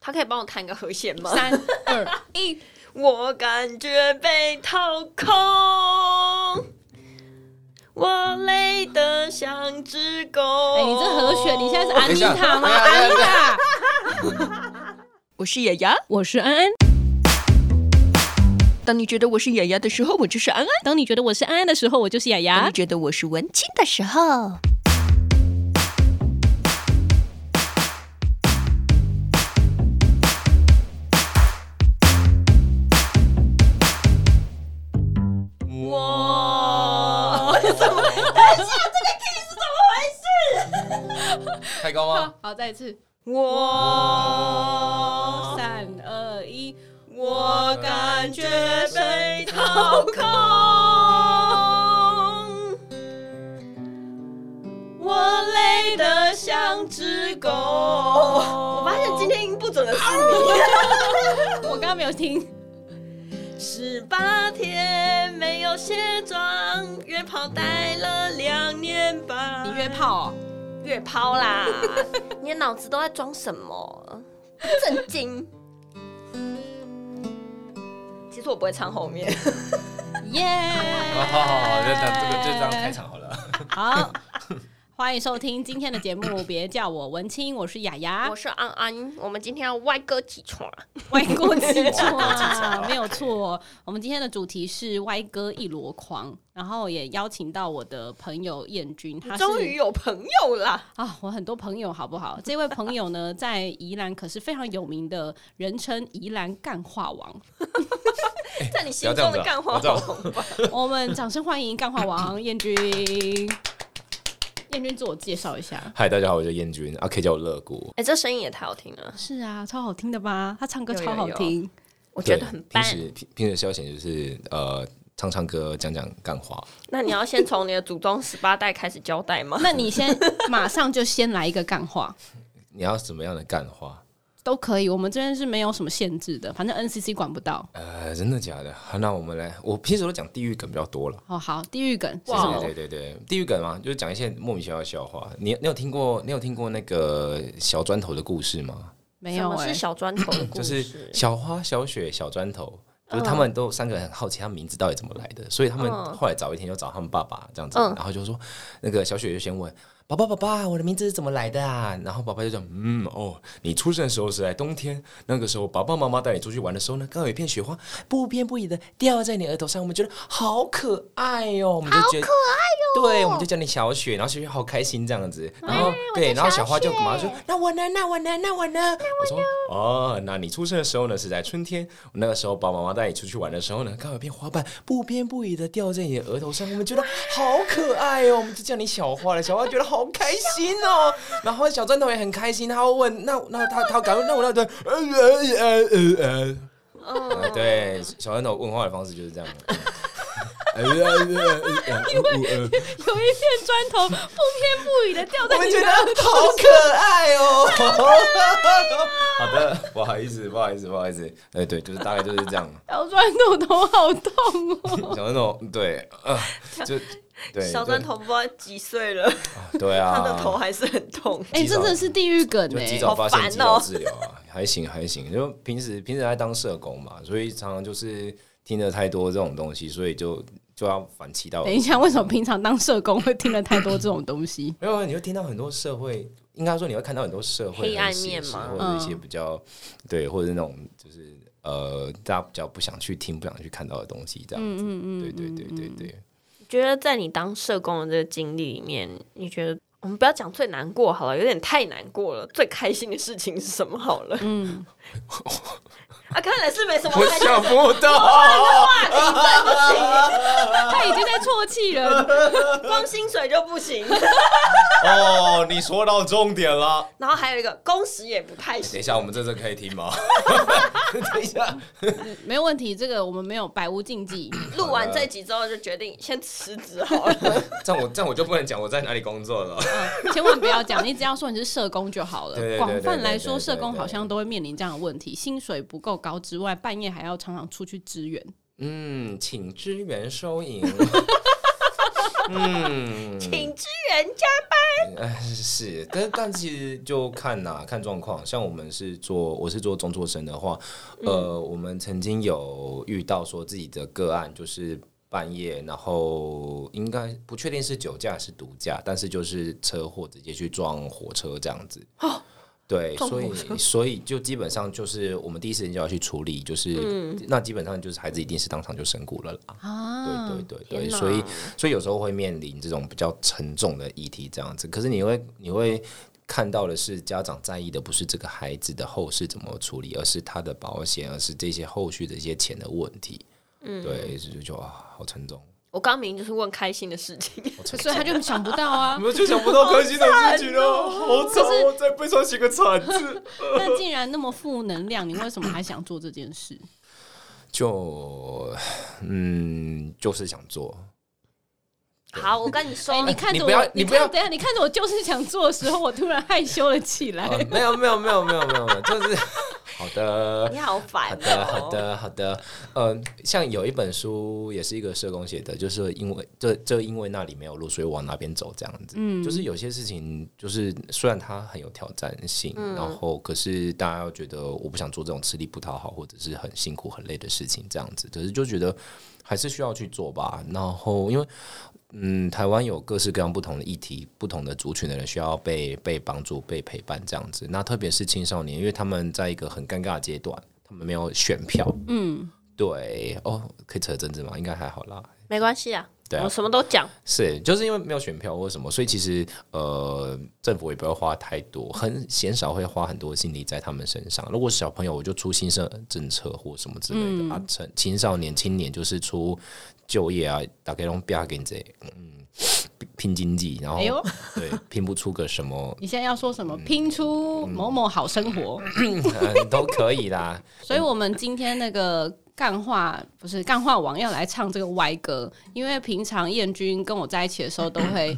他可以帮我弹个和弦吗？三 二一，我感觉被掏空，我累得像只狗。哎，你这和弦，你现在是安妮塔吗？哦等一下安妮塔，我是雅雅。我是安安。哦当你觉得我是雅雅的时候，我就是安安；当你觉得我是安安的时候，我就是雅当雅你。觉得我是文青的时候，哇！太 高吗？好，再一次，我三二一，我感觉被掏空，我累得像只狗。我发现今天音不准的是你。我刚刚没有听。十八天没有卸妆，约炮待了两年半。你约炮、哦？约炮 啦！你的脑子都在装什 么？不正经。其实我不会唱后面。耶！好好好好，那这个就这样开场好了。好，欢迎收听今天的节目，别叫我文青，我是雅雅我。是安安，我们今天要歪哥起床。啊歪哥起歪哥起床，床没有错。我们今天的主题是歪哥一箩筐，然后也邀请到我的朋友燕君，他是终于有朋友啦！啊，我很多朋友好不好？ 这位朋友呢，在宜兰可是非常有名的，人称宜兰干话王。在你心中的干花哎不要这样啊好吧？我们掌声欢迎干话王 燕君。燕君自我介绍一下。嗨，大家好，我是燕君，啊，可以叫我乐谷。哎，这声音也太好听了，是啊，超好听的吧？他唱歌有超好有有听。我我觉得很棒平。时平平时消遣就是呃，唱唱歌，讲讲干话。那你要先从你的祖宗十八代开始交代吗？那你先马上就先来一个干话。你要什么样的干话？都可以，我们这边是没有什么限制的，反正 NCC 管不到。呃，真的假的？好，那我们来，我平时都讲地域梗比较多了。哦，好，地狱梗，哇哦对对对对，地狱梗嘛，就是讲一些莫名其妙的笑话。你你有听过你有听过那个小砖头的故事吗？没有什么哎、是小砖头的故就事？是小花、小雪、小砖头，就是他们都三个很好奇他名字到底怎么来的，所以他们嗯后来找一天就找他们爸爸这样子，嗯然后就说那个小雪就先问。爸爸，爸爸，我的名字是怎么来的啊？然后爸爸就讲，嗯，哦，你出生的时候是在冬天，那个时候爸爸妈妈带你出去玩的时候呢，刚好有一片雪花不偏不倚的掉在你额头上，我们觉得好可爱哦，我们就觉得对，我们就叫你小雪，然后小雪好开心这样子，然后、对，然后小花就马上说：“那我呢？那我呢？那我呢？”我说：“哦，那你出生的时候呢是在春天，那个时候爸爸妈妈带你出去玩的时候呢，刚好一片花瓣不偏不倚的掉在你的额头上，我们觉得好可爱哦，我们就叫你小花了。小花觉得好开心哦，然后小砖头也很开心，他问：那那他他赶快那我那对呃呃呃呃呃，啊对，小砖头问话的方式就是这样。”呃呃呃呃呃呃有一片砖头不偏不倚的掉在 我你们觉的得好可爱哦。好的，不好意思，不好意思，不好意思。哎，对，就是大概就是 这样，小砖头头好痛哦。小那种对， 呃，就对小砖头不知道几岁了，对对啊，他的头还是很痛。哎、及早真的是地狱梗就哎、及好早发烦现，及哦早治疗啊，还行还行。就平时平时在当社工嘛，所以常常就是听了太多这种东西，所以就就要反其道而等一行。？下，为什么平常当社工会听了太多这种东西 没有，啊，你会听到很多社会，应该说你会看到很多社会黑暗很面写实嘛或者一嗯些比较、对，或者是那种就是呃，大家比较不想去听、不想去看到的东西，这样子。嗯对对对对对，你觉得在你当社工的这个经历里面，你觉得我们不要讲最难过好了，有点太难过了。最开心的事情是什么好了？嗯， 啊，看来是没什么我开心。想不 到，他已经在啜泣了。 光薪水就不行，哦，你说到重点了。然后还有一个工时也不太等行一。下，我们这次可以 听吗？等一下，嗯没问题，这个我们没有百无禁 忌。录完这集之后就决定先辞职好了。这样我这样我就不能讲我在哪里工作了。嗯千万不要讲，你只要说你是社工就好对了。对对广泛来说，对对对社工好像都会面临这样的问题：薪水不够高之外，半夜还要常常出去支援。嗯，请支援收银。嗯，请支援加班，哎，是，但但其实就看呐、看状况。像我们是做，我是做中辍生的话，呃，嗯我们曾经有遇到说自己的个案就是半夜，然后应该不确定是酒驾还是毒驾，但是就是车祸直接去撞火车这样子。哦对，撞所火以所以就基本上就是我们第一时间就要去处理，就是、嗯那基本上就是孩子一定是当场就身故了啦。啊，对对对天对，哪所以所以有时候会面临这种比较沉重的议题，这样子。可是你会你会看到的是，家长在意的不是这个孩子的后事怎么处理，而是他的保险，而是这些后续的一些钱的问题。嗯，对，就就啊，好沉重，我刚明明就是问开心的事情，好沉所重。以他就想不到啊我。 们就想不到开心的事情了，好惨可是哦，在背上写个惨字。那既然那么负能量，你为什么还想做这件事？ 就嗯，就是想做，好，我跟你说，哎，你看着你不要我，你不看要等一下，你看着我，就是想做的时候，我突然害羞了起来。啊没有没有没有没有没有，没有就是好的你。好烦、好哦的，好，的，好的。呃，像有一本书也是一个社工写的，就是因为这这因为那里没有路，所以往哪边走这样子。嗯就是有些事情，就是虽然它很有挑战性，然后可是大家要觉得我不想做这种吃力不讨好或者是很辛苦很累的事情这样子，可是就觉得还是需要去做吧。然后因为嗯，台湾有各式各样不同的议题，不同的族群的人需要被被帮助、被陪伴这样子。那特别是青少年，因为他们在一个很尴尬的阶段，他们没有选票。嗯，对哦，可以扯政治吗？应该还好啦。没关系啊，对啊我什么都讲，是，就是因为没有选票或什么，所以其实呃，政府也不要花太多，很鲜少会花很多心力在他们身上。如果是小朋友，我就出新生儿政策或什么之类的、嗯啊，成青少年青年就是出就业啊，大概用标给你这，嗯， 拼经济，然后、哎呦，、对拼不出个什么 你现在要说什么？拼出某某好生活。嗯都可以啦。所以我们今天那个干话不是干话王要来唱这个歪歌，因为平常燕君跟我在一起的时候都 会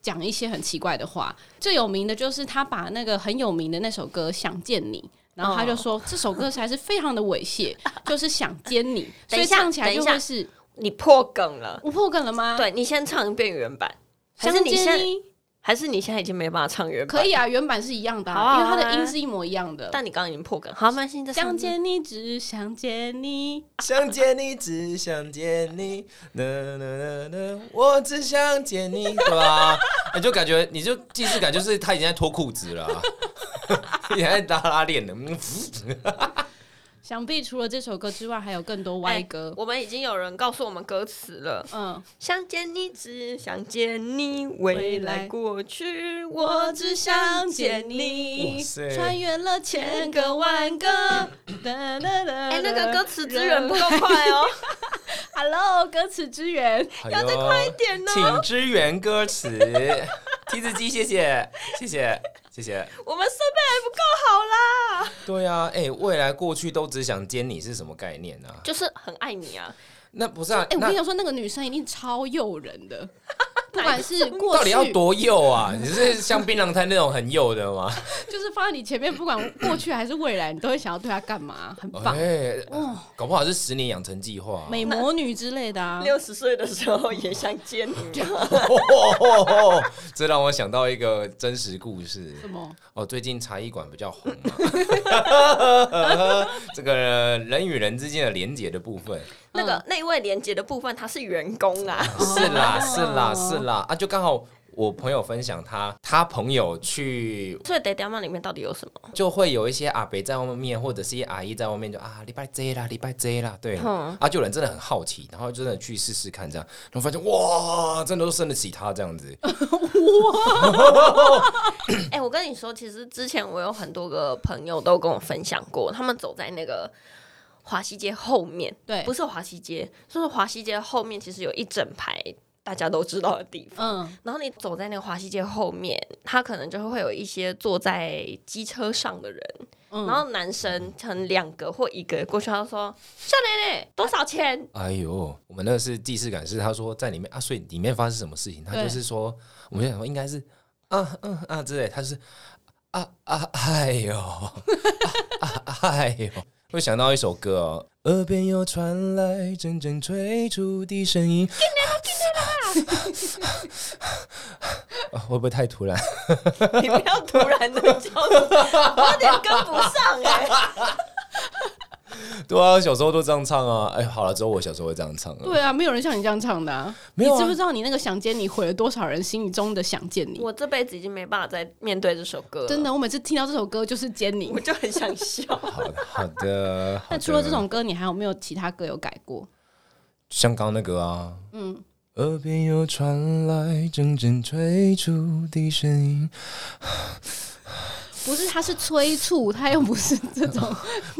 讲一些很奇怪的话。最有名的就是他把那个很有名的那首歌《想见你》。然后他就说、这首歌才是非常的 猥亵，就是想奸你，所等以一下唱起来就等会一下是你破梗了。我破梗了吗？，对你先唱一遍原版，还想是你见现你还是你现在已经没办法唱原版？可以啊，原版是一样的、好啊啊啊，因为它好的啊音是一模一样的。但你刚刚已经破梗，好，没关系，你再唱想一遍见你，只想见你，想见你，只想见你，呢呢呢呢，我只想见你，对吧？ 你就感觉，你就既视感就是他已经在脱裤子了、啊， 也在拉拉链了。嗯 想必除了这首歌之外，还有更多哎歪歌。我们已经有人告诉我们歌词了。嗯，想见你，只想见你，未来来过去，我我只只想想见见你你。哇塞，穿越了千个万个。哎、哎、那个歌词支援人不够快哦， ，Hello，歌词支援。要再快一点呢、哎啊请支援歌词，提子机，谢谢，谢谢，谢谢。我们设备还不够好啦。对啊，哎、未来过去都只想见你是什么概念呢、啊？就是很爱你啊，那不是啊，哎、我那跟你讲说，那个女生一定超诱人 的，不管是过去，到底要多幼啊？你是像槟榔摊那种很幼的吗？就是放在你前面，不管过去还是未来，你都会想要对她干嘛，很棒。哎、哦搞不好是十年养成计划、啊美魔女之类的啊， 六十岁的时候也想见你啊。 这让我想到一个真实故事。什么？哦，最近茶艺馆比较红嘛， 这个人与人之间的连结的部分，那个那一位连接的部分，他是员工啊，是啦，是啦，是啦，啊，就刚好。我朋友分享他，他朋友去 所以《得雕曼》里面到底有什么？就会有一些阿伯在外面，或者是一些阿姨在外面就啊礼拜 J 啦，礼拜 J 啦，对，嗯啊，就有人真的很好奇，然后真的去试试看这样，然后发现哇，真的都生得起他这样子，哎、我跟你说，其实之前我有很多个朋友都跟我分享过，他们走在那个华西街后面，对不是华西街，就是华西街后面，其实有一整排大家都知道的地方。嗯，然后你走在那个华西街后面，他可能就会有一些坐在机车上的人，嗯然后男生可能两个或一个过去，他就说：“少奶奶多少钱 哎呦，我们那个是既视感，是他说在里面啊，所以里面发生什么事情，他对就是说，我们就想说应该是啊嗯啊之类，他就是啊啊哎呦，啊啊哎呦，会想到一首歌哦，耳边又传来阵阵催促的声音， 啊会不会太突然？你不要突然的叫，我有点跟不上哎、对啊，小时候都这样唱啊。哎，好了，之后我小时候会这样唱啊。对啊，没有人像你这样唱的、啊。没有啊你知不知道你那个想见你毁了多少人心里中的想见你？ 我这辈子已经没办法再面对这首歌了，真，的，我每次听到这首歌就是奸你我。就很想笑。好的，好的。好那的除了这种歌，你还有没有其他歌有改过？像刚刚那个啊，嗯，耳边又传来阵阵催促的声音，不是，它是催促，它又不是这 种。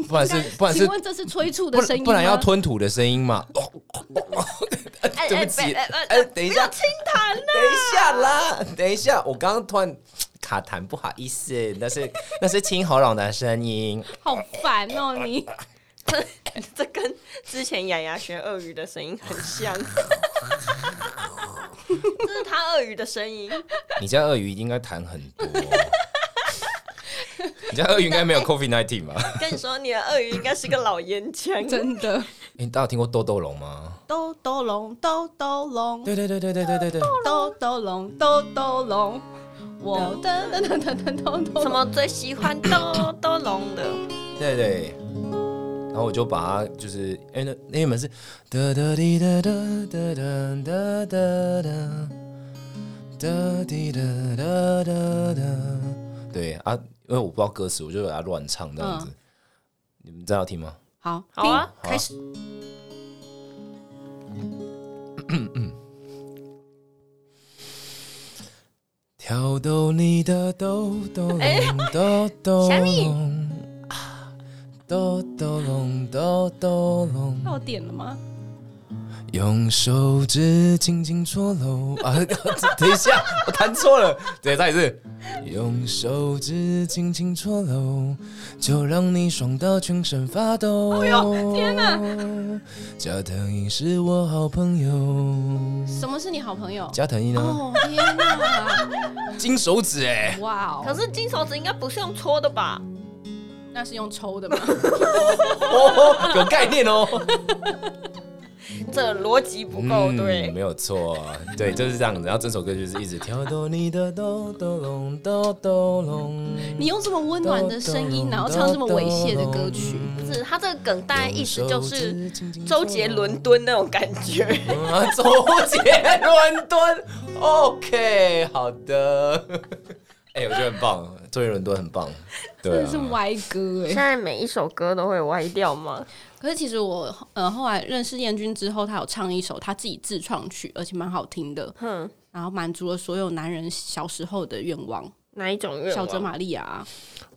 不然是不然请是问这是催促不的声音不然要吗吞吐的声音嘛？哦， 哎对不起哎哎哎，等一不下要，清弹了，等一下啦，等一下，我刚刚突然卡痰，不好意思，那是那是清喉咙的声音。好烦哦、你 这跟之前雅雅学鳄鱼的声音很像。 这是他鳄鱼的声音，你家鳄鱼应该痰很多，你家鳄鱼应该没有 COVID nineteen 吧？跟你说，你的鳄鱼应该是个老烟枪。真 的。你大家有听过豆豆龙吗？兜兜龙，兜兜龙，对对对对对对对对，兜兜龙，兜兜龙。我的等等等等兜兜什龙。么最喜欢哆哆龙的？对对。然后我就把它就是，因为那那一门是哒哒滴哒哒哒哒哒哒哒哒滴哒哒哒哒。对啊，因为我不知道歌词，我就把它乱唱这样子。你们这样要听吗？ 好，好啊听开始。挑逗你的豆豆龙，豆豆小丽龙，豆豆龙，豆豆龙。到点了吗？用手指轻轻搓揉啊！ 等一下，我弹错了。对，再一次。用手指轻轻搓揉，就让你爽到全身发抖。哎呦，天哪！加藤鹰是我好朋友。什么是你好朋友？加藤鹰呢？哦天哪！金手指哎，哇哦，可是金手指应该不是用搓的吧？那是用抽的吗？ 哦， 有概念哦。这逻辑不够对嗯，。没有错，对，就是这样子。然后这首歌就是一直挑逗你的豆豆龙，豆豆龙。你用这么温暖的声 音，然后唱这么猥亵的歌曲，不是，他这个梗大概意思就是周杰伦敦那种感觉。 啊，周杰伦敦，OK，好的。哎、我觉得很棒，周杰伦敦很棒，真对、的是啊。歪歌哎、现在每一首歌都会歪掉吗？可是其实我呃后来认识燕君之后，他有唱一首他自己自创曲，而且蛮好听的，哼，然后满足了所有男人小时候的愿望。哪一种愿小望？泽玛利亚啊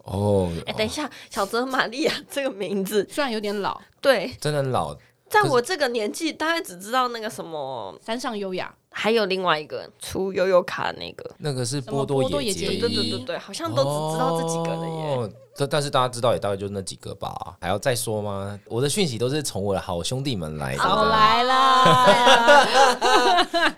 哦，哎、等一下，小泽玛利亚这个名字，虽然有点老，对，真的很老，在我这个年纪，大概只知道那个什么，山上优雅还有另外一个出悠悠卡那个，那个是什么波多波多野野结结对衣，衣对对对对，好像都只知道这几个了耶。哦但但是大家知道也大概就那几个吧，还要再说吗？我的讯息都是从我的好兄弟们来的，早来 啦，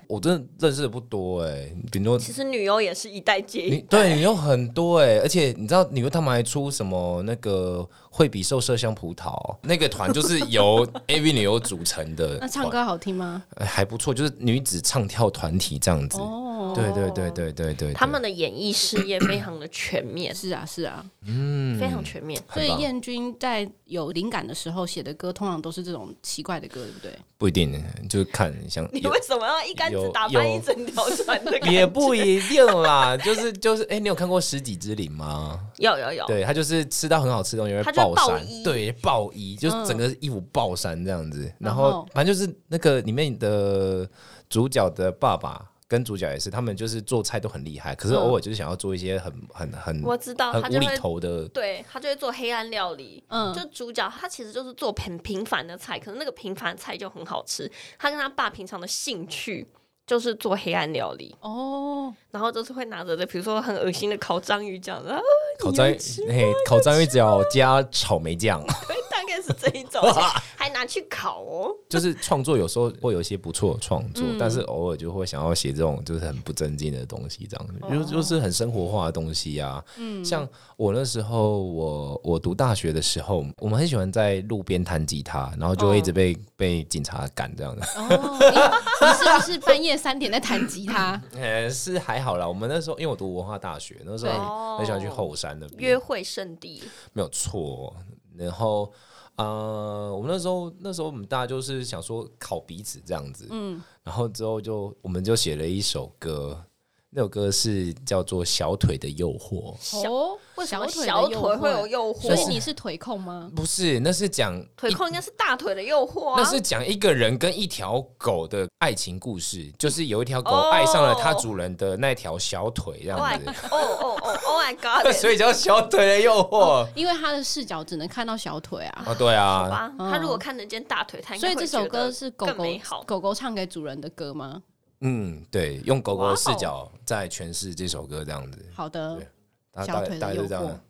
我真的认识的不多哎、顶多其实女优也是一代接你一代，对你有很多哎、而且你知道，你说他们还出什么那个惠比寿麝香葡萄那个团，就是由 AV 女优组成的团，那唱歌好听吗？哎还不错，就是女子唱跳团体这样子。哦，对对对对对对，他们的演艺事业非常的全面，是啊是啊，嗯非常全面。所很以棒燕君在有灵感的时候写的歌，通常都是这种奇怪的歌，对不对？不一定，就是看像你有为什么要一竿子有打翻一有整条船的感觉？也不一定啦，就是就是哎、你有看过《十几之灵》吗？有有有，对，他就是吃到很好吃的东西会他就爆爆衫衣，嗯对，爆衣就是整个衣服爆衫这样子。然然后后反正就是那个里面的主角的爸爸跟主角也是，他们就是做菜都很厉害，可是嗯偶尔就是想要做一些很很很我知道，很他无就厘会头的。对他就会做黑暗料理。嗯就主角他其实就是做很平凡的菜，可是那个平凡菜就很好吃。他跟他爸平常的兴趣就是做黑暗料理，哦，然后就是会拿着的，比如说很恶心的烤章鱼这样子，啊，烤章鱼，嘿，烤章鱼只要加草莓酱， 对，大概是这一种，还拿去烤哦。就是创作有时候会有一些不错的创作，嗯但是偶尔就会想要写这种就是很不正经的东西，这样哦子，就、就是很生活化的东西啊。嗯，像我那时候，我我读大学的时候，我们很喜欢在路边弹吉他，然后就会一直被、哦被警察赶这样子。 哦，你你是不是半夜三点在弹吉他？呃，是还好啦。我们那时候因为我读文化大学，那时候对很喜欢去后山那边约会圣地，没有错。然后，呃，我们那时候那时候我们大家就是想说考彼此这样子，嗯，然后之后就我们就写了一首歌，那首歌是叫做《小腿的诱惑》，哦，为什么腿小腿的诱会有惑？诱惑？所以你是腿控吗？不是，那是讲腿一控应该是大腿的诱惑啊。那是讲一个人跟一条狗的爱情故事，就是有一条哦狗爱上了它主人的那条小腿，这 Oh 样 my- 子，哦哦哦，Oh my God！所以叫小腿的诱惑。因为他的视角只能看到小腿啊，哦，对好啊，吧，他如果看得见大腿，他应嗯所该以会这觉首得歌是狗更狗美好。狗狗唱给主人的歌吗？嗯，对，用狗狗哇哦的视角在诠释这首歌，这样子。好的对，大小大腿的大概就诱这样惑了。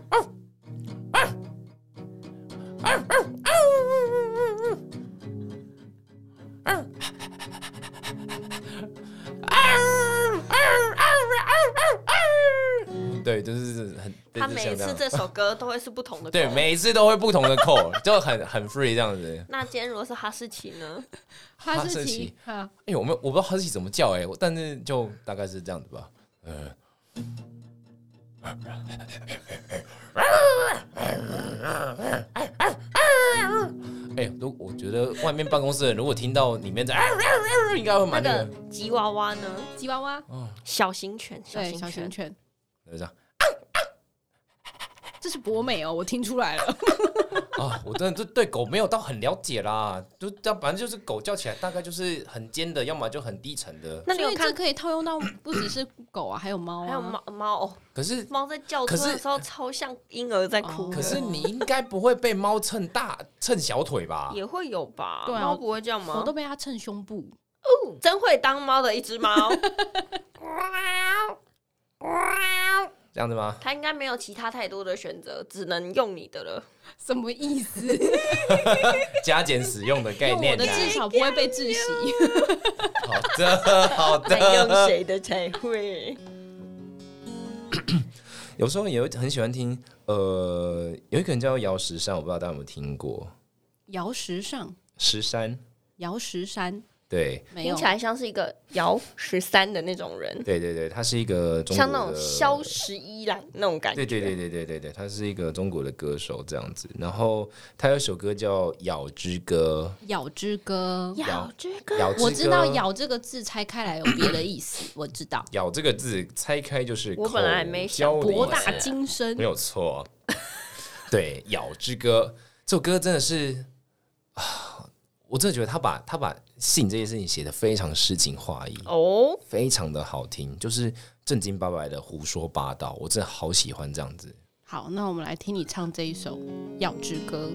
儿对，就是很，他就是每像一这次这样首歌都会是不 同的对狗每一次都会不同的扣，就很很 free 这样子。那今天如果是哈士奇呢？哈士哈奇士奇，哈哎、我没有，我不知道哈士奇怎么叫哎、我但是就大概是这样子吧。呃，哎、如我觉得外面办公室的人如果听到里面在，应该会那蛮那个个，吉娃娃呢？吉娃娃，小型犬，对，小型型犬，就这样这是博美哦，我听出来了。啊，我真的就对狗没有到很了解啦，就这反正就是狗叫起来大概就是很尖的，要么就很低沉 的。那你所有以这看？可以套用到不只是狗啊，还有猫啊，还有猫猫哦可是猫在叫可春是的时候，超像婴儿在哦哭的。可是你应该不会被猫蹭大蹭小腿吧？也会有吧？对啊猫不会这样我吗都？被它蹭胸 部。真会当猫的一只 猫，这样子吗？它应该没有其他太多的选择，只能用你的 了。什么意思？加减使用的概用我 念啊的呢？至少不会被 窒息。好的，好在用的。谁的才会？有时候也会很喜欢听，呃，有一个人叫姚十三，我不知道大家有没有听过摇石上，十三。摇石山，对没听有起。来像是一个摇十三的那种人，对对对，他是一个中国像那种的萧十一啦那种感觉。对对对对对对对，他是一个中国的歌手这样子。然后他有一首歌叫《咬之歌咬之歌，咬这个，》，咬之歌我知道“咬”这个字拆开来有别的意思，我知道。咬这个字拆开就是我本来没口想交过博流大血精深没，有错。 对，《咬之歌》这首歌真的是啊，我真的觉得他把他把性这件事情写得非常诗情画意，哦，非常的好听，就是正经八百的胡说八道，我真的好喜欢这样子。好，那我们来听你唱这一首《药之歌》。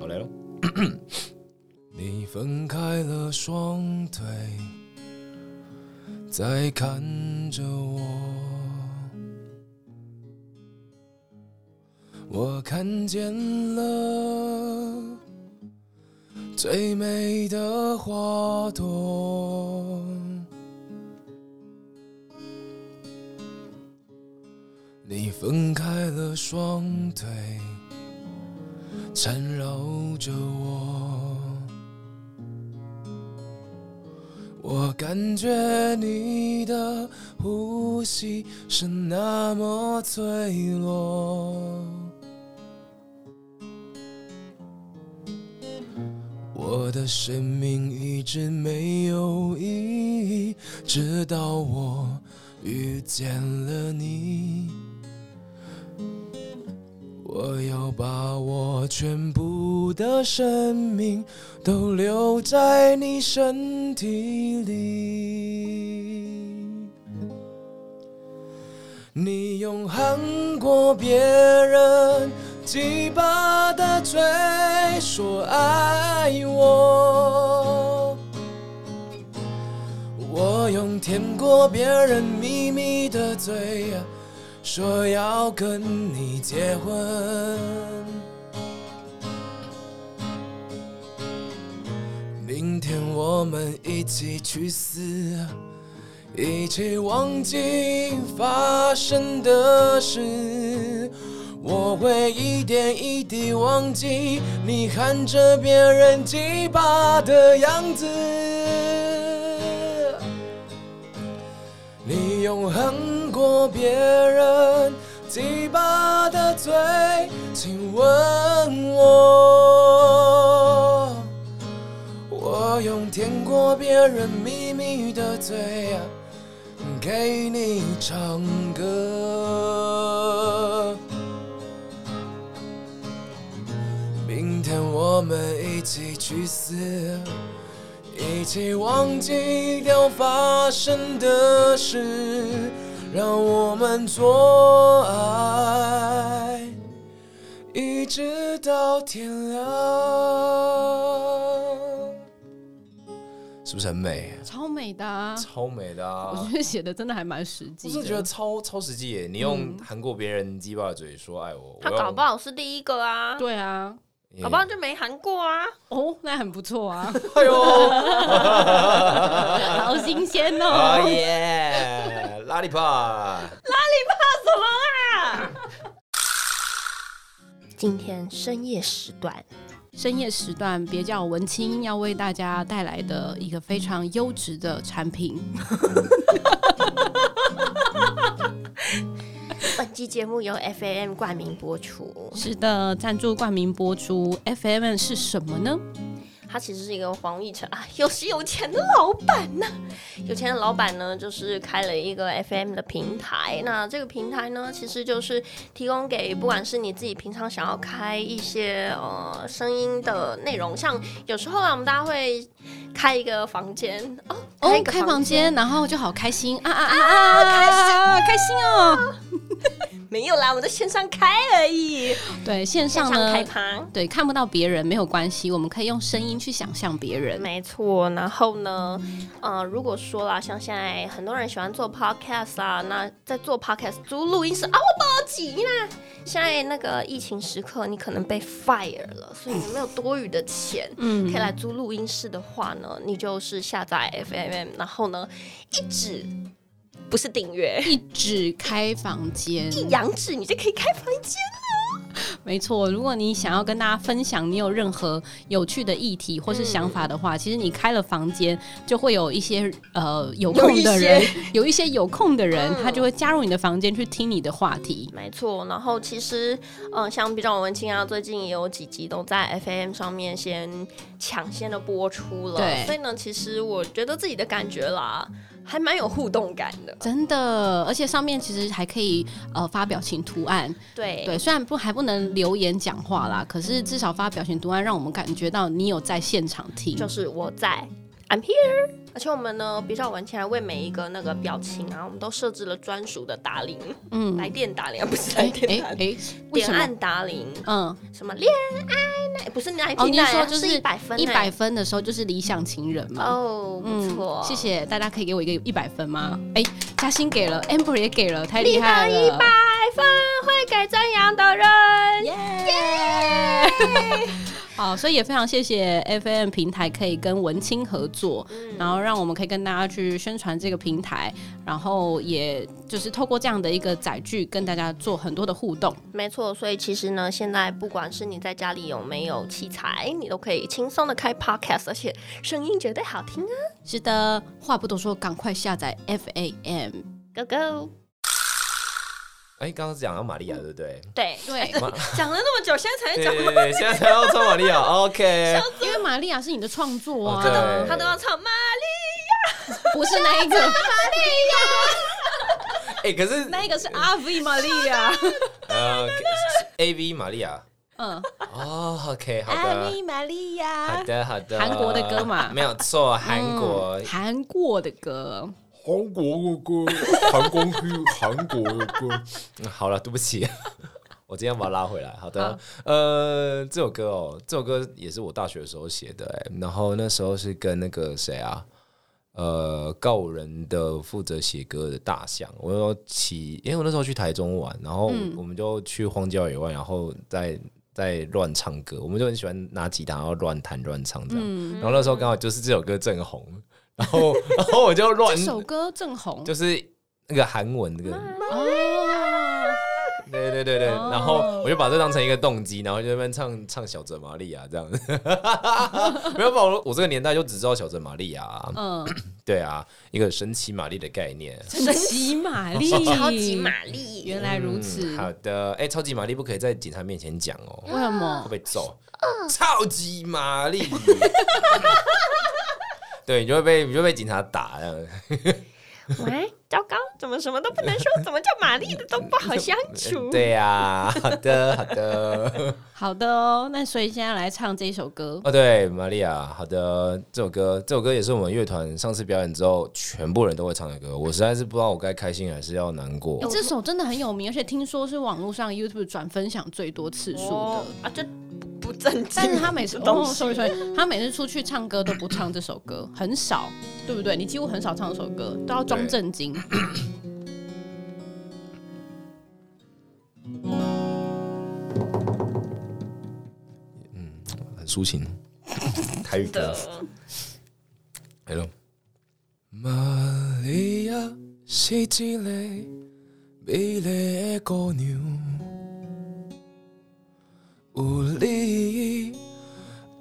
好来喽。 你分开了双腿，在看着我，我看见了最美的花朵。你分开了双腿。缠绕着我，我感觉你的呼吸是那么脆弱，我的生命一直没有意义，直到我遇见了你。我要把我全部的生命都留在你身体里。你用含过别人鸡巴的嘴说爱我，我用舔过别人秘密的嘴啊说要跟你结婚。明天我们一起去死，一起忘记发生的事。我会一点一滴忘记你看着别人鸡巴的样子。你永恒过别人鸡巴的嘴，亲吻我。我用舔过别人秘密的嘴，啊给你唱歌。明天我们一起去死。一起忘记掉发生的事，让我们做爱，一直到天亮。是不是很美？超美的、啊。超美的、我啊！觉得写的真的还蛮实际我的，是觉得超超实际耶！你用含过别人鸡巴的嘴说爱我，他我用搞不好是第一个啊，对啊，耶搞不好就没韩过啊。哦，那很不错 啊，哎呦，好新鲜啊哦。耶！ 拉力帕，今天深夜时段，深夜时段，别叫我文青，要为大家带来的一个非常优质的产品。 本期节目由 FAM 冠名播出。是的，赞助冠名播出，FM 是什么呢？他其实是一个黄奕晨啊，有时有钱的老板呢、有钱的老板呢，就是开了一个 FM 的平台。那这个平台呢，其实就是提供给不管是你自己平常想要开一些呃声音的内容，像有时候啊，我们大家会开一个房间哦，哦，一个开房房间，然后就好开心啊啊啊啊！开心，开心哦。没有啦，我们在线上开而已，对，线线上上呢开，盘。对，看不到别人没有关系，我们可以用声音去想象别人。没错，然后呢，呃，如果说啦，像现在很多人喜欢做 podcast 啊，那在做 podcast 租录音室啊，我报警啦！现在那个疫情时刻，你可能被 fire 了，所以你没有多余的钱，嗯可以来租录音室的话呢，你就是下载 FMM，然后呢，一指不是订阅，一直开房间，一阳指你就可以开房间。没错。如果你想要跟大家分享你有任何有趣的议题或是想法的话，嗯其实你开了房间，就会有一些呃有空的人， 有一些有空的人，嗯他就会加入你的房间去听你的话题。没错，然后其实，嗯，像比较文青啊，最近也有几集都在 FM 上面先抢先的播出了，对所以呢，其实我觉得自己的感觉啦，还蛮有互动感的，真的，而且上面其实还可以呃发表情图案，对对，虽然不还不能留言讲话啦，可是至少发表情图案，让我们感觉到你有在现场听。就是我在，I'm here。而且我们呢，比较文青还为每一个那个表情啊，我们都设置了专属的打铃，嗯，来电打铃，啊不是来哎电打哎铃，哎，为点什么？按打铃，嗯，什么恋爱那不是那一哦，哎听你的，说就是一百分欸，一百分的时候就是理想情人嘛。哦，不嗯，错，谢。谢大家，可以给我一个一百分吗？哎，嘉欣给了，Amber 也给了，太厉害一了百！分会给赞扬的人。耶！好，所以也非常谢谢 FM 平台可以跟文青合作，嗯然后让我们可以跟大家去宣传这个平台，然后也就是透过这样的一个载具跟大家做很多的互动。没错，所以其实呢，现在不管是你在家里有没有器材，你都可以轻松的开 podcast，而且声音绝对好听啊是的，话不多说，赶快下载 FAM。 ！Go go！哎，刚刚是讲到玛利亚对不对？对，对，讲了那么久，现在才对讲，哎对对，现在才要唱玛利 亚，OK。 因为玛利亚是你的创作哦啊，对，他都要唱玛丽不是那一个，哎，可是那一个是 RV 玛利亚。 呃，A V 玛利亚，嗯，哦，OK，好的，玛利好亚，的，好的，韩国的歌嘛没有错，韩国嗯，韩国的歌。韩国的歌， 韩国韩国的歌。嗯 好了，对不起，我今天把它拉回来。好的，呃，这首歌哦，这首歌也是我大学的时候写的、哎，然后那时候是跟那个谁啊，呃告人的负责写歌的大象，我有骑，因为我那时候去台中玩，然后嗯我们就去荒郊野外，然后在在乱唱歌，我们就很喜欢拿吉他然后乱弹乱唱嗯这样，然后那时候刚好就是这首歌正红，然后 然后我就乱这，首歌正红就是那个韩文那个。哦，对对对对，哦然后我就把这当成一个动机，然后就在那边唱唱小泽玛利亚这样 子。没有吧？我我这个年代就只知道小泽玛利亚啊，嗯，对啊，一个神奇玛丽的概念。神奇玛丽， 超哎级玛丽，原来如嗯此，好的，哎、超级玛丽不可以在警察面前讲哦，为什会么？被揍。超级 玛丽，对，你就会被你就会被警察打这样子。喂，糟糕，怎么什么都不能说？怎么叫玛丽的都不好相处？ 对呀、好的好的。好的哦，那所以现在来唱这首歌，哦，对，玛利亚，好的，这首歌，这首歌也是我们乐团上次表演之后，全部人都会唱的歌。我实在是不知道我该开心还是要难过诶。这首真的很有名，而且听说是网络上 YouTube 转分享最多次数的哦。啊，这不正经。但是 他每次，东哦，西所以所以他每次出去唱歌都不唱这首歌，很少，对不对？你几乎很少唱这首歌，都要装对正经。很抒情，台语歌的。 Hello，玛利亚是一个美丽的姑娘，有你，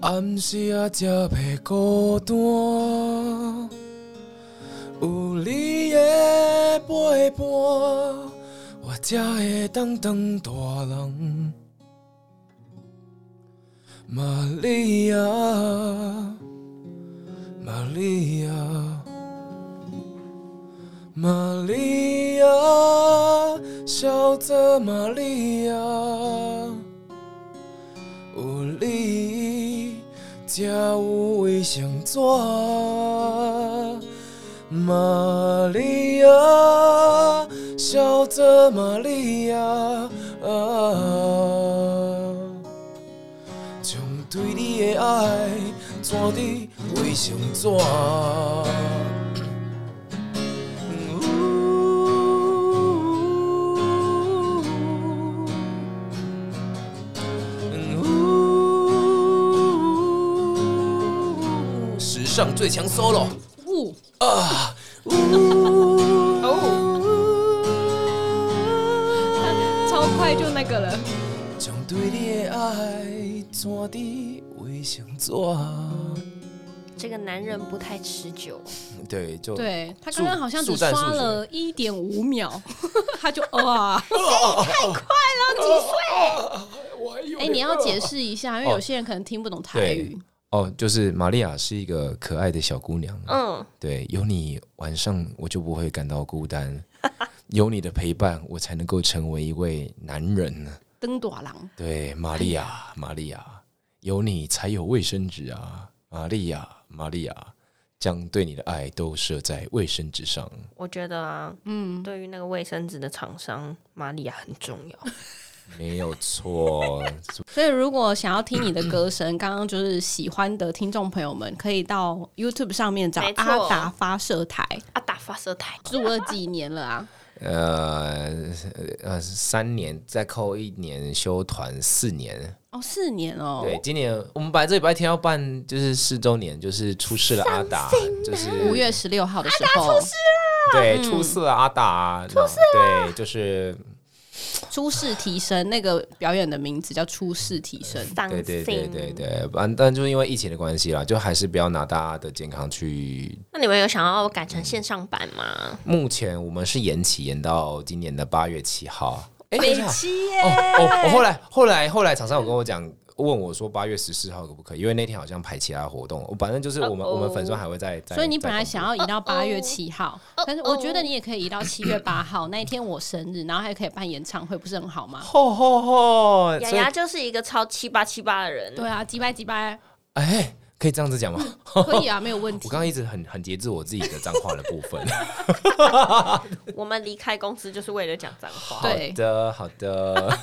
暗时啊才袂孤单。有你的陪伴，我才会当当大人。玛利亚，玛利亚，玛利亚，小泽玛利亚，有你才有卫生纸。玛利亚，小泽玛利亚。啊将对你的爱纸伫卫生纸。史上最强 solo 哦呜、啊！超快就那个了。将对你的爱纸伫卫生纸。这个男人不太持久，对，就对他刚刚好像只速战速刷决了一点五秒， 他就哇！ 哎、你要解释一下，因为有些人可能听不懂台语。哦，就是玛利亚是一个可爱的小姑娘，嗯，对，有你晚上我就不会感到孤单，有你的陪伴，我才能够成为一位男人。登短郎，对，玛利哎亚，玛利亚，有你才有卫生纸啊，玛利亚，玛利亚，将对你的爱都射在卫生纸上。我觉得啊，嗯，对于那个卫生纸的厂商，玛利亚很重要。没有错，所以如果想要听你的歌声，刚刚就是喜欢的听众朋友们，可以到 YouTube 上面找没错阿达发射台， 啊，打发射台，住了几年了啊？呃呃，三年再扣一年休团，四年。 哦，四年哦，对，今年我们本来这礼拜天要办就是四周年，就是出事了阿达，就是五月十六号的时候对出事了阿达，出事对，就是初试提升，那个表演的名字叫初试提升。对对对对。对，反但就是因为疫情的关系啦，就还是不要拿大家的健康去。那你们有想要改成线上版吗？目前我们是延期延到今年的八月七号，哎，等北一下七哦耶，哦，我后哎来后来后来厂商有跟我讲。问我说八月十四号可不可以？因为那天好像排其他活动，我反正就是我们、我们粉砖还会再。再哦所以你再本来公布想要移到八月七号，但是我觉得你也可以移到七月八号那一天我生日，然后还可以办演唱会，不是很好吗？吼吼吼！雅 所以雅就是一个超七八七八的人，对啊，击败击败，哎，可以这样子讲吗？可以啊，没有问 我题刚。刚一直很很节制我自己的脏话的部分。我们离开公司就是为了讲脏话。对好的，好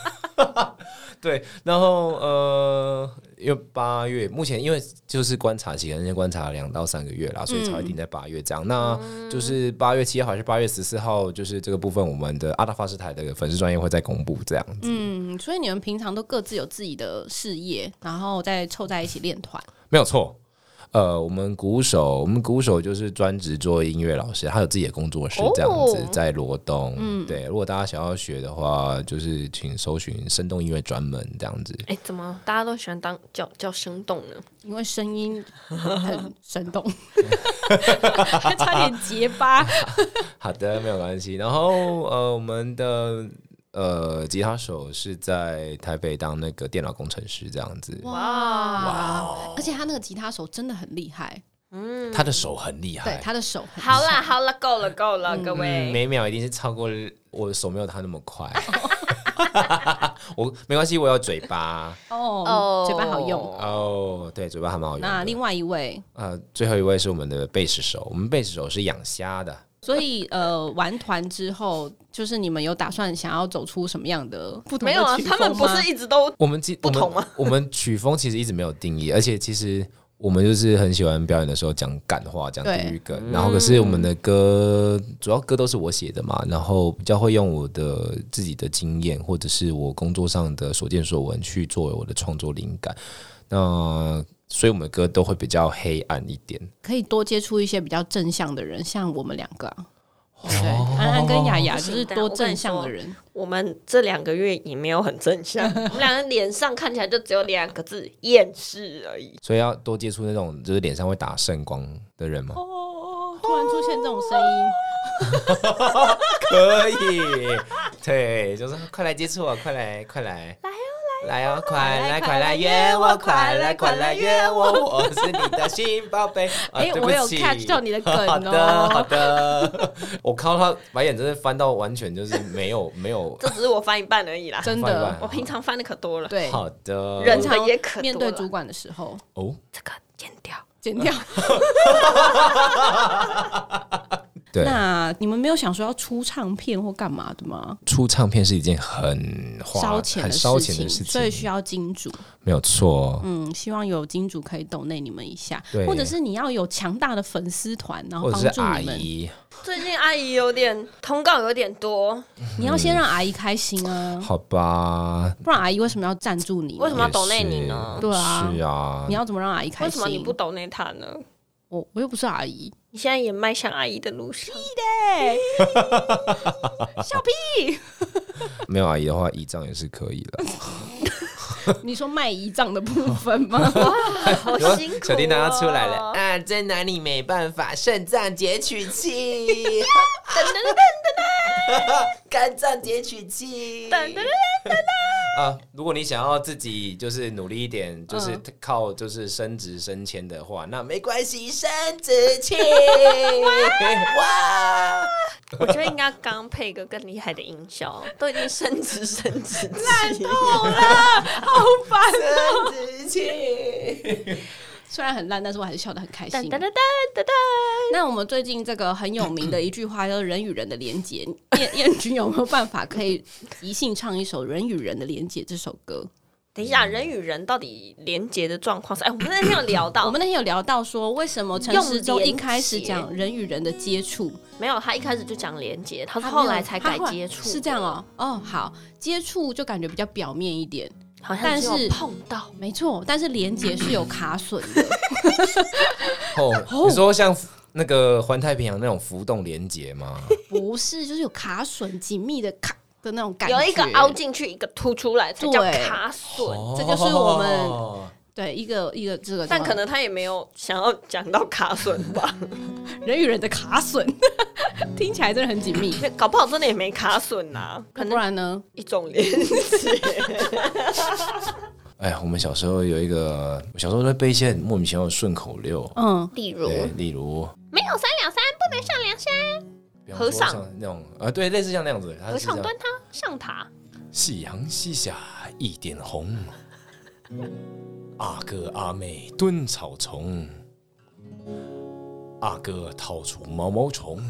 的。 对，然后呃，因为八月目前因为就是观察期，可能先观察两到三个月啦，所以才嗯会定在八月这样。那就是八月七号还是八月十四号，就是这个部分我们的阿达法师台的粉丝专业会再公布这样子。嗯，所以你们平常都各自有自己的事业，然后再凑在一起练团。没有错。呃，我们鼓手，我们鼓手就是专职做音乐老师，他有自己的工作室哦这样子，在罗东。嗯对，如果大家想要学的话，就是请搜寻生动音乐专门这样子。哎，怎么大家都喜欢当叫叫生动呢？因为声音很生动， 还差点结巴。好的，没有关系。然后呃，我们的呃吉他手是在台北当那个电脑工程师这样子，哦哇！而且他那个吉他手真的很厉害，他的手很厉害对，他的手 很好啦好啦，够了够了，各嗯，位，每秒一定是超过我的手没有他那么快。 我没关系，我有嘴巴。嗯哦，嘴巴好用。哦，对，嘴巴还蛮好用的。那另外一位，呃，最后一位是我们的贝斯手，我们贝斯手是养虾的。所以呃，玩团之后，就是你们有打算想要走出什么样的不同没有啊的曲，风他们不吗是一直都我们其不同吗 我们？我们曲风其实一直没有定义，而且其实我们就是很喜欢表演的时候讲感话、讲对地域梗，然后可是我们的歌、主要歌都是我写的嘛，然后比较会用我的自己的经验或者是我工作上的所见所闻去作为我的创作灵感。那所以我们的歌都会比较黑暗一点。可以多接触一些比较正向的人，像我们两个、啊。哦对，安安跟雅雅就是多正向的人，我们这两个月也没有很正向， 我们两个脸上看起来就只有两个字厌世而已。所以要多接触那种就是脸上会打圣光的人吗？哦，突然出现这种声音，可以，对，就是快来接触我，快来，快来，来哦，来哦，快来，快来约我，快来，快来约我，我是你的新宝贝。啊哎对不我有起 catch 到你的梗好的，哦好的。 我靠，他白眼真的翻到完全就是 没有没有。这只是我翻一半而已啦，真翻一半的，我平常翻的可多了。对，好的，人平才常也可多了面对主管的时候哦，这个剪掉，剪掉。对，那你们没有想说要出唱片或干嘛的吗？出唱片是一件很花烧钱很的烧事钱的事所以需情，要金主。没有错。嗯，希望有金主可以抖内你们一下对，或者是你要有强大的粉丝团，然后或者帮是助阿你们。姨，最近阿姨有点通告有点多，你要先让阿姨开心啊，嗯好吧，不然阿姨为什么要赞助你呢？为什么要也抖内是你呢对啊是啊你，要怎么让阿姨开为心？什么你不抖内她呢？我我又不是阿姨，你现在也迈向阿姨的路上，哎笑屁！没有阿啊姨的话，姨丈也是可以的。你说卖胰脏的部分 吗？ 好辛苦、哦。小叮当要出来了，啊！在哪里没办法，肾脏截取器，噔噔噔 肝脏截取器。噔噔噔，啊，如果你想要自己就是努力一点，就是嗯靠就是升职升迁的话，那没关系，升职 器。 哇！我觉得应该刚配一个更厉害的音 效，都已经升职升职期了，升职器。虽然很烂，但是我还是笑得很开噔心噔。噔噔噔噔。那我们最近这个很有名的一句话叫“人与人的连结”， 燕燕君有没有办法可以即兴唱一首《人与人的连结》这首歌？等一下，人与人到底连接的状况是？哎，我们那天有聊我到，们那天有聊到说，为什么陈时中一开始讲人与人的接触，没有，他一开始就讲连接，他是后来才改他后来接触，是这样，哦。哦，好，接触就感觉比较表面一点，好像但只有是碰到。没错，但是连结是有卡损的。哦，你说像那个环太平洋那种浮动连接吗？不是，就是有卡榫紧密的卡的那种感觉，有一个凹，进去，一个凸出来，才叫对卡榫。这就是我们哦对，一个一个这个叫什么，但可能他也没有想要讲到卡榫吧，人与人的卡榫， 听起来真的很紧密。因为搞不好真的也没卡榫呐、可可能不然呢？一种连接。哎呀，我们小时候有一个，我小时候都背一些很莫名其妙的顺口溜，哦嗯，例如，对，例如没有三两三，不能上梁山，比方和说尚像那种，呃，对，类似像那样子，和和尚端汤上塔。夕阳西下一点红，阿哥阿妹蹲草丛，阿哥掏出毛毛虫，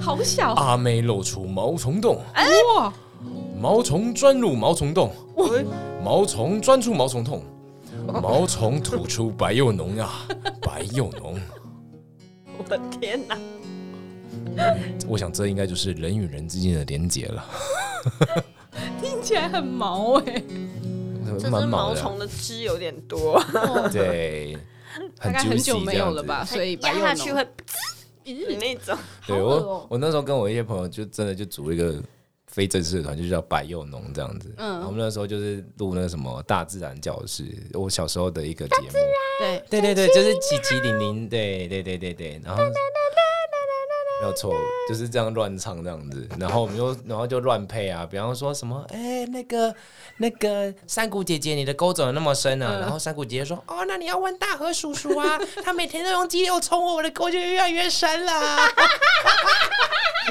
好小哦啊哎阿妹露出毛虫洞，哇！毛虫钻入毛虫洞，毛虫钻出毛虫洞，哦毛虫吐出白又浓啊，白又浓。我的天哪！我想这应该就是人与人之间的连结了，听起来很毛哎、 这只蛮毛毛的啊。虫的汁有点多， 对，大很概很久 juicy 没这样有子了吧，所以白压又下浓去会 的那种。对好恶哦我，我那时候跟我一些朋友就真的就组一个非正式的团，就叫百幼农这样子。嗯，我们那时候就是录那个什么大自然教室，我小时候的一个节目。对，对对对，就是奇奇零零，对对对对对，然后。没有错，就是这样乱唱这样子，然后我们就然后就乱配啊，比方说什么，哎、那个那个山谷姐姐，你的沟怎么那么深啊？然后山谷姐姐说，哦，那你要问大河叔叔啊，他每天都用激流冲我，我的沟就越来越深啦。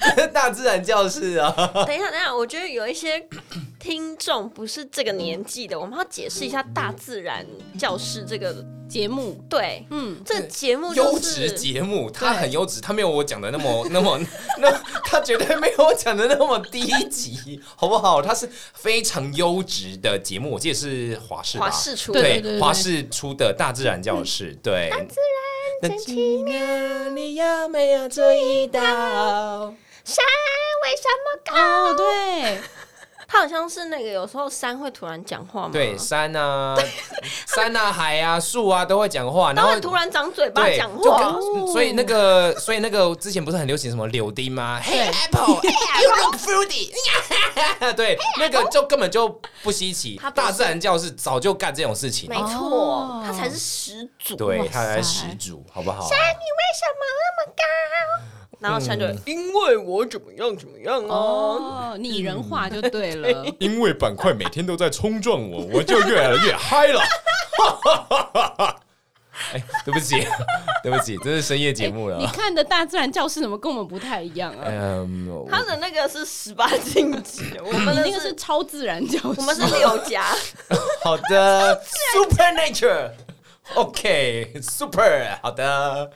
这是大自然教室啊，等一下，等一下，我觉得有一些 听众不是这个年纪的，我们要解释一下大自然教室这个。节目，对，嗯，这节目优就质是节目，他很优质，他没有我讲的那么 那么那他绝对没有我讲的那么低级，好不好？他是非常优质的节目，我记得是华视吧华视出对的。对对对华视出的《大自然教室》对。嗯大自然真奇妙，你有没有注意到？山为什么高？哦，对，它好像是那个有时候山会突然讲话嘛，对，山啊，山啊，海啊，树啊，都会讲话，然它后会突然长嘴巴对，讲就话。跟所以那个，所以那个之前不是很流行什么柳丁吗？Hey 对 apple，you look fruity 。 对，那个就根本就不稀奇它，不是大自然教室早就干这种事情没，错哦，它才是始祖。对，它才哇始塞祖，好不好？然后山就嗯会因为我怎么样怎么样哦，哦，拟人化就对了，因为板块每天都在冲撞我，我就越来越嗨了。 哎，对不起，对不起，这是深夜节目你了。看的大自然教室怎么跟我们不太一样啊？嗯，我它的那个是十八禁止 的，我们你的那个是超自然教室，我们是六家。好的，Super Nature，OK，Super，、好的，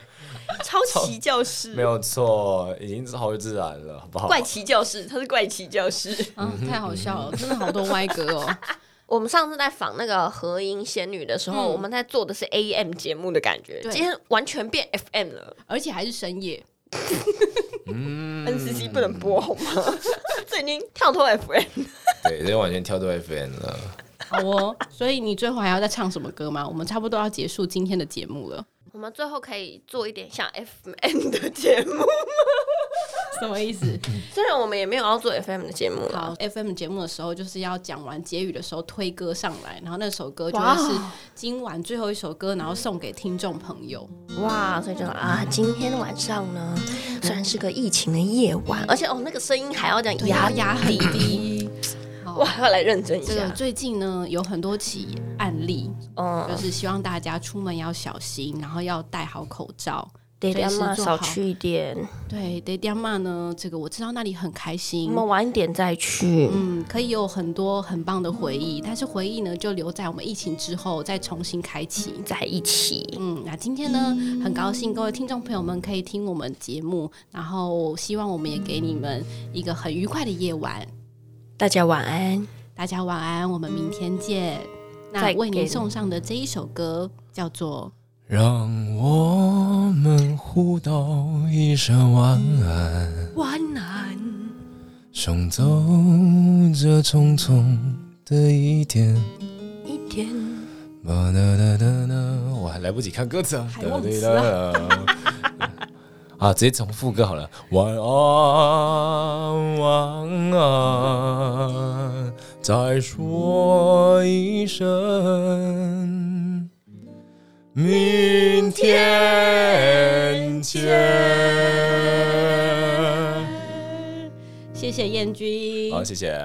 超奇教室，没有错，已经是好自然了，好不好？怪奇教室，它是怪奇教室。啊，太好笑嗯了，真的好多歪歌 哦。 我们上次在访那个和音仙女的时候，嗯我们在做的是 AM 节目的感觉，对今天完全变 FM 了。而且还是深夜， NCC 不能嗯播好吗？ 这已经跳脱 FM，对，这完全跳到 FN 了。好哦。所以你最后还要再唱什么歌吗？我们差不多要结束今天的节目了，我们最后可以做一点像 FM 的节目，什么意思？虽然我们也没有要做 FM 的节目好了。 ，FM 节目的时候就是要讲完结语的时候推歌上来，然后那首歌就哇会是今晚最后一首歌，然后送给听众朋友。哇，所以就啊，今天晚上呢，虽然是个疫情的夜晚，而且哦，那个声音还要这样压牙牙很 低。哇，要来认啊真一这个下。最近呢有很多起案例，就嗯，是希望大家出门要小心，然后要戴好口罩。对的随时嘛，做少好去一点。对 d a d a m a 呢，这个我知道那里很开心我，们晚一点再去。嗯，可以有很多很棒的回忆，但是回忆呢就留在我们疫情之后再重新开启。在一起，嗯，那今天呢，很高兴各位听众朋友们可以听我们节目，然后希望我们也给你们一个很愉快的夜晚。大家晚安。大家晚安，我们明天见。那再为您见送上的这一首歌叫做让我们互道一声晚安，晚安。送走这匆匆的一天。一天，哒哒哒哒哒，我还来不及看歌词啊！还忘词啊哒哒啊，直接从副歌好了。晚安，晚安，再说一声，明天见。谢谢燕君，好，谢谢。